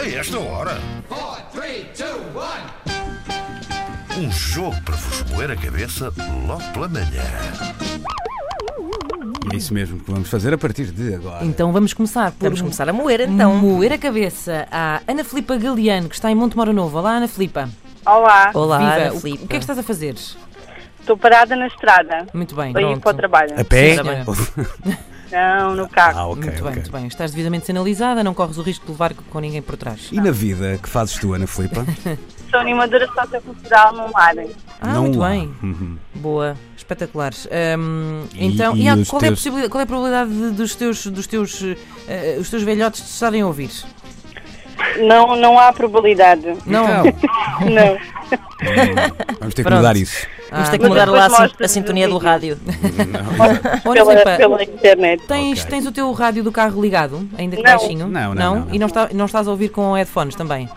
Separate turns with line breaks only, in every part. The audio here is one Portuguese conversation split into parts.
A esta hora?
four, three, two, one.
Um jogo para vos moer a cabeça logo pela manhã.
É isso mesmo que vamos fazer a partir de agora.
Então vamos começar. Por
Vamos começar a moer então.
moer a cabeça à Ana Filipa Galeano, que está em Monte Moro Novo. Olá, Ana Filipa.
Olá,
Olá,
Viva.
Ana
O-
Filipe.
O, que é que estás a fazer?
estou parada na estrada.
Muito bem.
Para ir
pronto.
para o trabalho.
A pé?
Sim, senhora.
Não, no carro.
ah, ok.
muito bem,
ok.
muito bem. Estás devidamente sinalizada, não corres o risco de levar com ninguém por trás.
E na vida que fazes tu, Ana Filipa? Ah.
Sou animadora sociocultural no mar.
Ah,
Não
muito
há. Uhum.
bem. Boa, espetaculares. Ahm,
E-
então, e,
e
há-
os
qual, é a
teus-
possibilidade, qual é a probabilidade de- dos teus, dos teus, eh, os teus velhotes te estarem a ouvir?
Não, não há probabilidade.
Não.
Então,
Não.
Hum, vamos ter que
Pronto.
mudar isso.
Vamos
Ah,
ter que
Mas
mudar
depois
lá a, sin-
mostra-nos
a sintonia
é
o
do
vídeo.
rádio.
Ó, Ana
Pela,
Filipa,
pela internet.
Tens,
Ok.
tens o teu rádio do carro ligado, ainda que
Não.
baixinho?
Não, não, não,
E não, está- não estás a ouvir com headphones também?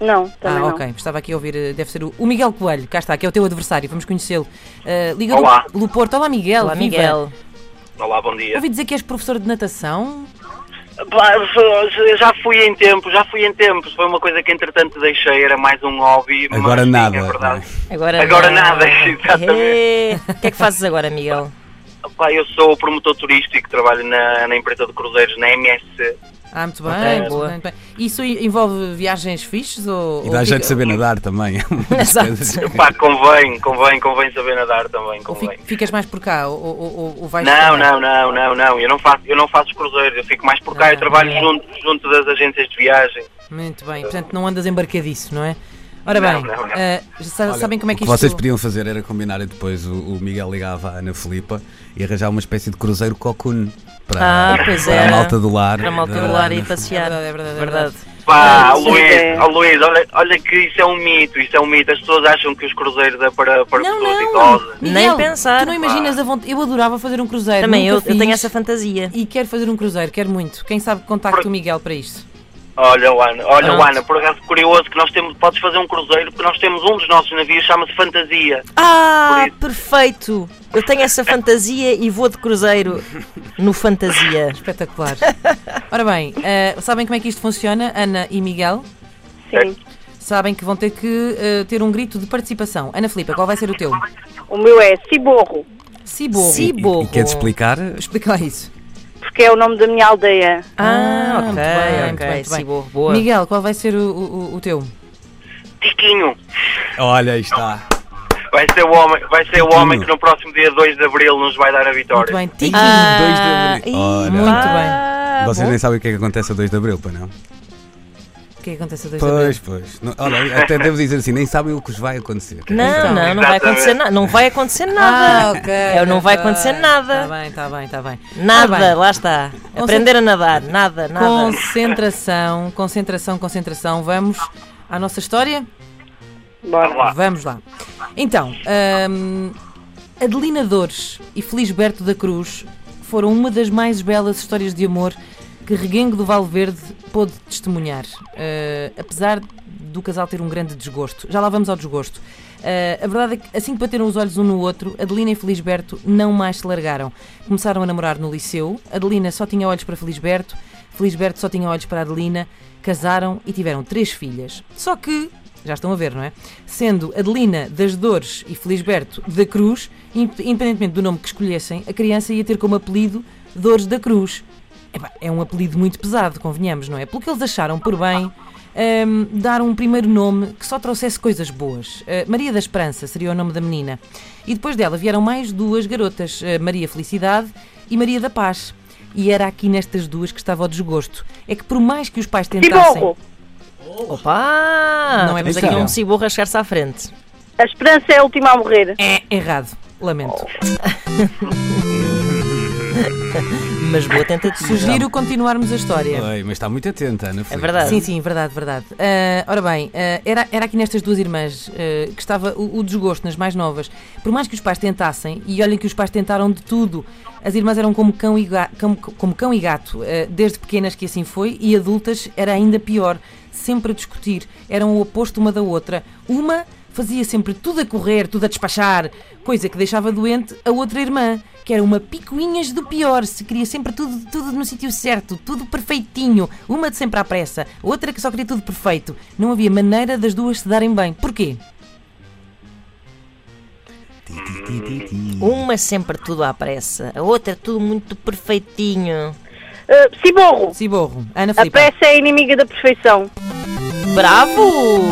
Não, também
ah,
não.
ok. Estava aqui a ouvir, eh, deve ser o, o Miguel Coelho, cá está, que é o teu adversário, vamos conhecê-lo. Eh, liga
Olá.
Do, do Porto. Olá, Miguel.
Olá,
viva.
Miguel.
Olá, bom dia.
Ouvi dizer que és professor de natação?
Já fui em tempos, já fui em tempos. Foi uma coisa que entretanto deixei, era mais um hobby. mas
Agora
sim,
nada,
É verdade.
Agora,
Agora nada,
Eh, O que é que fazes agora, Miguel?
Pá, eu sou promotor turístico, trabalho na, na empresa de cruzeiros, na MS.
Ah, muito bem,
Ok,
muito
boa.
bem, muito bem. Isso i- envolve viagens fixes ou.
E
ou
dá
fica-
jeito de saber nadar também.
Exato.
Pá, convém, convém, convém saber nadar também,
ou
convém.
fi- ficas mais por cá ou, ou- ou- ou vais.
Não, não, não, não, não. Eu não faço, eu não faço os cruzeiros, eu fico mais por cá,
Ah,
eu trabalho
ok.
junto, junto das agências de viagem.
Muito bem, portanto não andas embarcadiço, não é? Ora
Não,
bem,
não, não.
eh, sa- sabem como é
o que
que isto
vocês podiam fazer era combinarem depois o, o Miguel ligava à Ana Filipa e arranjar uma espécie de cruzeiro cocoon para,
Ah, pois
para
era.
a malta do lar.
Para malta
da-
do lar e
da-
passear.
É verdade, é verdade, é Ah,
Pá,
Sim, é.
Luís, ó, Luís, olha, olha que isso é um mito, isso é um mito. As pessoas acham que os cruzeiros é para, para
Não,
pessoas
não.
idosas.
Nem
Miguel,
pensar.
Tu não imaginas a vontade. Eu adorava fazer um cruzeiro.
Também eu,
nunca
eu tenho
fiz
essa fantasia.
E quero fazer um cruzeiro, quero muito. Quem sabe contacto o Miguel para isto.
Olha, o Ana, olha, o
Pronto.
Ana, por acaso curioso que nós temos, podes fazer um cruzeiro, porque nós temos um dos nossos navios, chama-se Fantasia.
Ah,
Por isso.
perfeito! Eu tenho essa fantasia e vou de cruzeiro no fantasia.
Espetacular. Ora bem, eh, sabem como é que isto funciona, Ana e Miguel?
Sim.
Sabem que vão ter que eh, ter um grito de participação. Ana Filipa, qual vai ser o teu?
O meu é Ciborro,
Ciborro.
E, e,
Ciborro.
e queres explicar?
Explica lá isso.
porque é o nome da minha aldeia.
Ah,
muito
ok,
bem, muito bem,
ok.
muito bem.
Ciborro, boa.
Miguel, qual vai ser o, o- o teu?
Tiquinho,
Olha, aí está.
vai ser o homem, vai ser o
Tiquinho.
homem que no próximo dia 2 de Abril nos vai dar a
Muito
vitória.
bem, Tiki.
Ah,
Dois de abril.
ih,
Olha.
Muito
pá,
Ah,
Vocês
bom.
nem sabem o que é que acontece a 2 de Abril, pois não?
O que é que acontece a dois de abril?
Pois, pois. Não- Olha, até devo dizer assim, nem sabem o que vos vai acontecer.
Não, não, não vai
Exatamente.
acontecer nada. Não vai acontecer
Ah,
nada.
ok.
Eu não vai
ok.
acontecer nada.
Está bem, está bem, está bem.
Nada,
Ora bem,
lá está.
Ou
Aprender a nadar, nada, nada.
Concentração, concentração, concentração. Vamos à nossa história?
Bora.
Olá.
Vamos lá. Então, hum, Adelina Dores e Felisberto da Cruz foram uma das mais belas histórias de amor que Reguengo do Valverde pôde testemunhar. Eh, apesar do casal ter um grande desgosto. Já lá vamos ao desgosto. Eh, a verdade é que, assim que bateram os olhos um no outro, Adelina e Felisberto não mais se largaram. Começaram a namorar no liceu, Adelina só tinha olhos para Felisberto, Felisberto só tinha olhos para Adelina, casaram e tiveram três filhas. Só que, já estão a ver, não é? Sendo Adelina das Dores e Felisberto da Cruz, in- independentemente do nome que escolhessem, a criança ia ter como apelido Dores da Cruz. Epá, é um apelido muito pesado, convenhamos, não é? Pelo que eles acharam por bem hum, dar um primeiro nome que só trouxesse coisas boas. Uh, Maria da Esperança seria o nome da menina. E depois dela vieram mais duas garotas, uh, Maria Felicidade e Maria da Paz. E era aqui nestas duas que estava o desgosto. É que por mais que os pais tentassem.
Ciborro,
Opa!
Não é
temos
possível.
aqui um ciborro a chegar-se à frente.
a esperança é a última a morrer.
É errado. Lamento.
Mas boa tentativa.
Sugiro continuarmos a história.
Ai, mas está muito atenta, Ana Filipe.
É verdade.
Sim, sim, verdade, verdade. Ah, ora bem, ah, era, era aqui nestas duas irmãs ah, que estava o, o desgosto nas mais novas. Por mais que os pais tentassem, e olhem que os pais tentaram de tudo, as irmãs eram como cão e, ga- como, como cão e gato, ah, desde pequenas que assim foi, e adultas era ainda pior, sempre a discutir, eram o oposto uma da outra. Uma fazia sempre tudo a correr, tudo a despachar, coisa que deixava doente a outra irmã, que era uma picuinhas do pior, se queria sempre tudo, tudo no sítio certo, tudo perfeitinho, uma de sempre à pressa, outra que só queria tudo perfeito. Não havia maneira das duas se darem bem. Porquê?
Uma sempre tudo à pressa, a outra tudo muito perfeitinho.
Ah, Ciborro,
Ciborro, Ana
a
Filipe.
pressa é a inimiga da perfeição.
Bravo!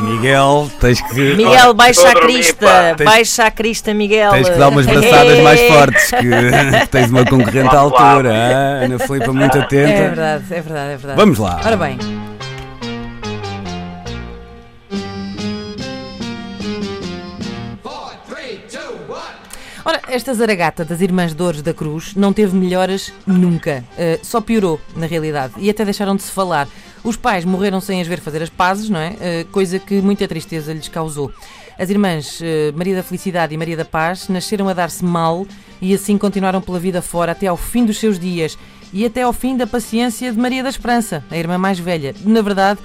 Miguel, tens que.
Miguel, baixa a
estou a dormir,
crista,
pá.
baixa a crista, Miguel. Eh,
Tens que dar umas braçadas
É.
mais fortes, que tens uma concorrente à altura. ah, Ana Filipa, muito
É
atenta.
verdade, é verdade, é verdade.
Vamos lá.
Ora bem.
Four, three, two, one.
Ora, esta zaragata das Irmãs Dores da Cruz não teve melhoras nunca. Eh, só piorou, na realidade. E até deixaram de se falar. Os pais morreram sem as ver fazer as pazes, não é? Eh, coisa que muita tristeza lhes causou. As irmãs eh, Maria da Felicidade e Maria da Paz nasceram a dar-se mal e assim continuaram pela vida fora até ao fim dos seus dias e até ao fim da paciência de Maria da Esperança, a irmã mais velha. Na verdade,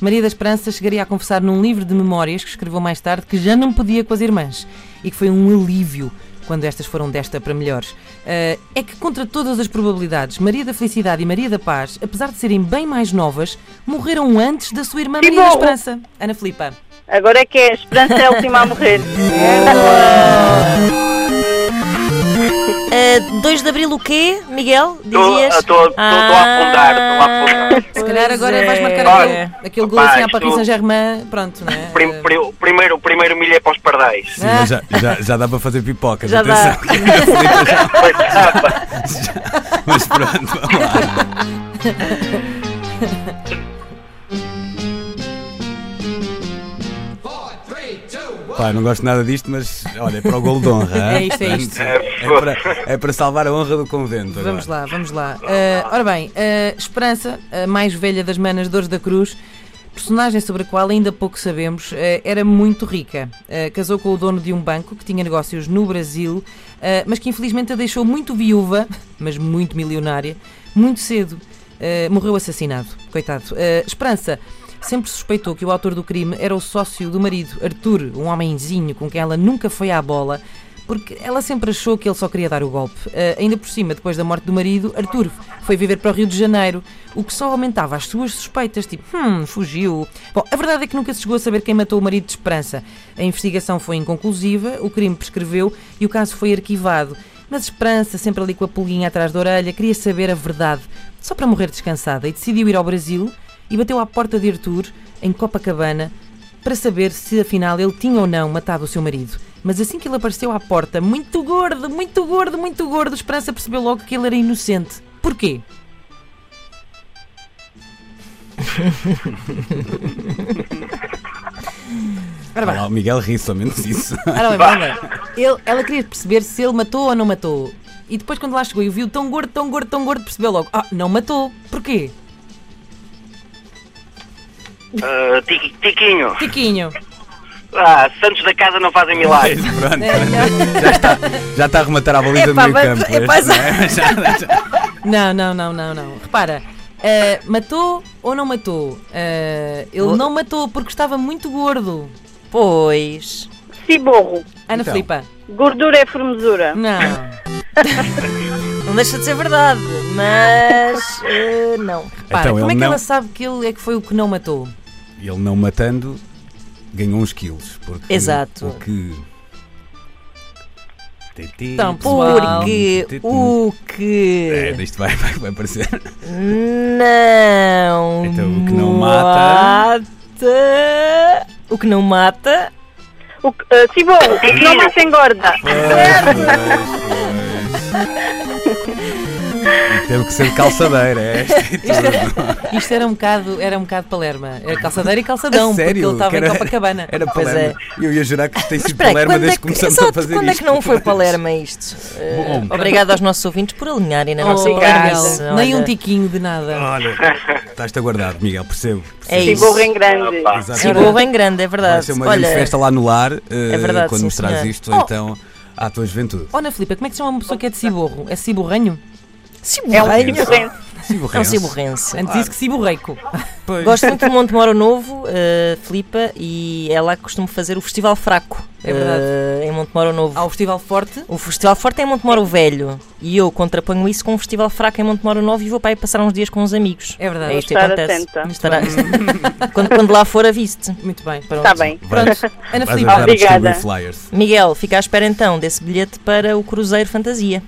Maria da Esperança chegaria a confessar num livro de memórias que escreveu mais tarde que já não podia com as irmãs e que foi um alívio quando estas foram desta para melhores. Ah, é que, contra todas as probabilidades, Maria da Felicidade e Maria da Paz, apesar de serem bem mais novas, morreram antes da sua irmã
Que
Maria da
bom!
Esperança. Ana Filipa.
Agora é que é, a esperança é a última a morrer.
2 eh, de Abril o quê, Miguel?
Estou-
Dizias?
estou- estou- estou a
Ah.
afundar, estou a afundar.
Se calhar agora
é.
é.
vais marcar
Olha,
aquele, aquele gol assim à
rapaz,
Paris
tu-
Saint-Germain. Pronto, não é?
Prim- pri- o primeiro, o primeiro milho é para os pardais.
Sim, mas já, já, já dá para fazer pipocas,
Já dá.
atenção.
Ah,
Mas pronto, vamos lá.
Four, three, two, one.
Pá, não gosto nada disto, mas olha, é para o gol de honra.
É
hã?
isto, é isto.
É para, é para salvar a honra do convento.
Vamos
agora.
lá, vamos lá. Ah, ora bem, ah, Esperança, a mais velha das manas Dores da Cruz, personagem sobre a qual ainda pouco sabemos, ah, era muito rica. Ah, casou com o dono de um banco que tinha negócios no Brasil, ah, mas que infelizmente a deixou muito viúva, mas muito milionária, muito cedo. Ah, morreu assassinado, coitado. Ah, Esperança. Sempre suspeitou que o autor do crime era o sócio do marido, Arthur, um homenzinho com quem ela nunca foi à bola, porque ela sempre achou que ele só queria dar o golpe. Ah, ainda por cima, depois da morte do marido, Arthur foi viver para o Rio de Janeiro, o que só aumentava as suas suspeitas, tipo, hum, fugiu. Bom, a verdade é que nunca se chegou a saber quem matou o marido de Esperança. A investigação foi inconclusiva, o crime prescreveu e o caso foi arquivado. Mas Esperança, sempre ali com a pulguinha atrás da orelha, queria saber a verdade, só para morrer descansada, e decidiu ir ao Brasil e bateu à porta de Arthur, em Copacabana, para saber se afinal ele tinha ou não matado o seu marido. Mas assim que ele apareceu à porta, muito gordo, muito gordo, muito gordo, Esperança percebeu logo que ele era inocente. Porquê? Ora
Olha
bem,
lá, o Miguel ri somente isso.
ora bem, ora bem. Ele- ela queria perceber se ele matou ou não matou. E depois, quando lá chegou e o viu tão gordo, tão gordo, tão gordo, percebeu logo: Ah, não matou. Porquê?
Ah, Ti- tiquinho,
Tiquinho.
ah, santos da casa não fazem
É
milagres.
isso, pronto.
é.
Já está, já está a rematar a baliza
Epá,
do meio
vai-
campo.
epá,
este, não é? Já- já-
Não, não, não, não, não. Repara, eh, matou ou não matou? Eh, ele
Vou-
não matou porque estava muito gordo.
Pois.
Ciborro,
Ana
Então.
Filipa.
gordura é formosura.
Não.
Não deixa de ser verdade, mas. eh, não.
Repara,
Então,
como
ele
é que
não-
ela sabe que ele é que foi o que não matou?
Ele não matando, ganhou uns quilos. Porque
Exato.
O que. Titi,
Então,
titi,
pessoal.
Porque
titi.
o
É,
que.
isto vai, vai, vai aparecer.
Não.
Então, o que não mata-
mata- O que não mata.
O que- ah, Ciborro, o que não mata engorda.
E Teve que ser calçadeira, é esta e tudo.
Isto era um bocado, era um bocado Palerma. Era calçadeira e calçadão,
é- A
porque ele
sério?
estava
Que
em
era-
Copacabana. é.
Era
Pois é.
Palerma. Eu ia jurar que tem sido
Espera, aí,
Palerma
quando, é
desde que
que,
começamos
exato,
a fazer
quando é
isto.
que não foi Palerma isto? Eh,
Bom.
obrigado aos nossos ouvintes por alinharem na
Oh,
nossa casa.
Miguel, nem um
olha.
tiquinho de nada.
Olha, estás-te a guardar, Miguel, percebo.
É
percebo.
isso.
Ciborro em grande.
Opa.
Exato.
Sim, boa bem grande, é
Vai
verdade.
ser uma grande
Olha, é
festa lá no lar eh,
verdade,
quando
sim,
mostras
senhora.
isto,
Oh.
então, à tua juventude.
Oh, Ana Filipa, como é que se chama uma pessoa que é de ciborro? É ciborranho?
Ciborrenho. É um
Ciborrense.
ciborrense.
Antes disse que ciborreico.
Pois.
Gosto muito do Monte Moro Novo, eh, Filipa, e é lá que costumo fazer o Festival Fraco.
É verdade.
eh, em Monte Moro Novo.
Há o festival forte.
O Festival Forte é em Monte Moro Velho. E eu contraponho isso com um Festival Fraco em Monte Moro Novo e vou para aí passar uns dias com uns amigos.
É verdade.
É isto que
Estar
acontece.
atenta. Muito
Estará- quando, quando lá for, aviste.
Muito bem. Pronto.
Tá.
Está Tá bem.
Pronto. Ana
Vais ajudar
Filipe.
a distribuir
Obrigada.
flyers.
Miguel, fica à espera então desse bilhete para o Cruzeiro Fantasia.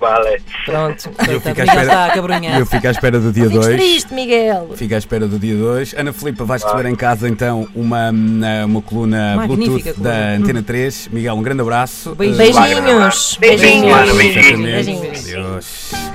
Vale.
Pronto.
Eu fico à
Miguel
espera-
está, cabrunha.
Eu fico à espera do dia
Fiques
2.
triste, Miguel.
Fico à espera do dia 2. Ana Filipa, vais receber em casa então uma, uma coluna
Magnífica
Bluetooth da
coluna.
Antena 3. Miguel, um grande abraço.
Beijinho.
Eh,
Beijinhos.
Beijinhos.
Beijinhos.
Beijinhos.
Adeus.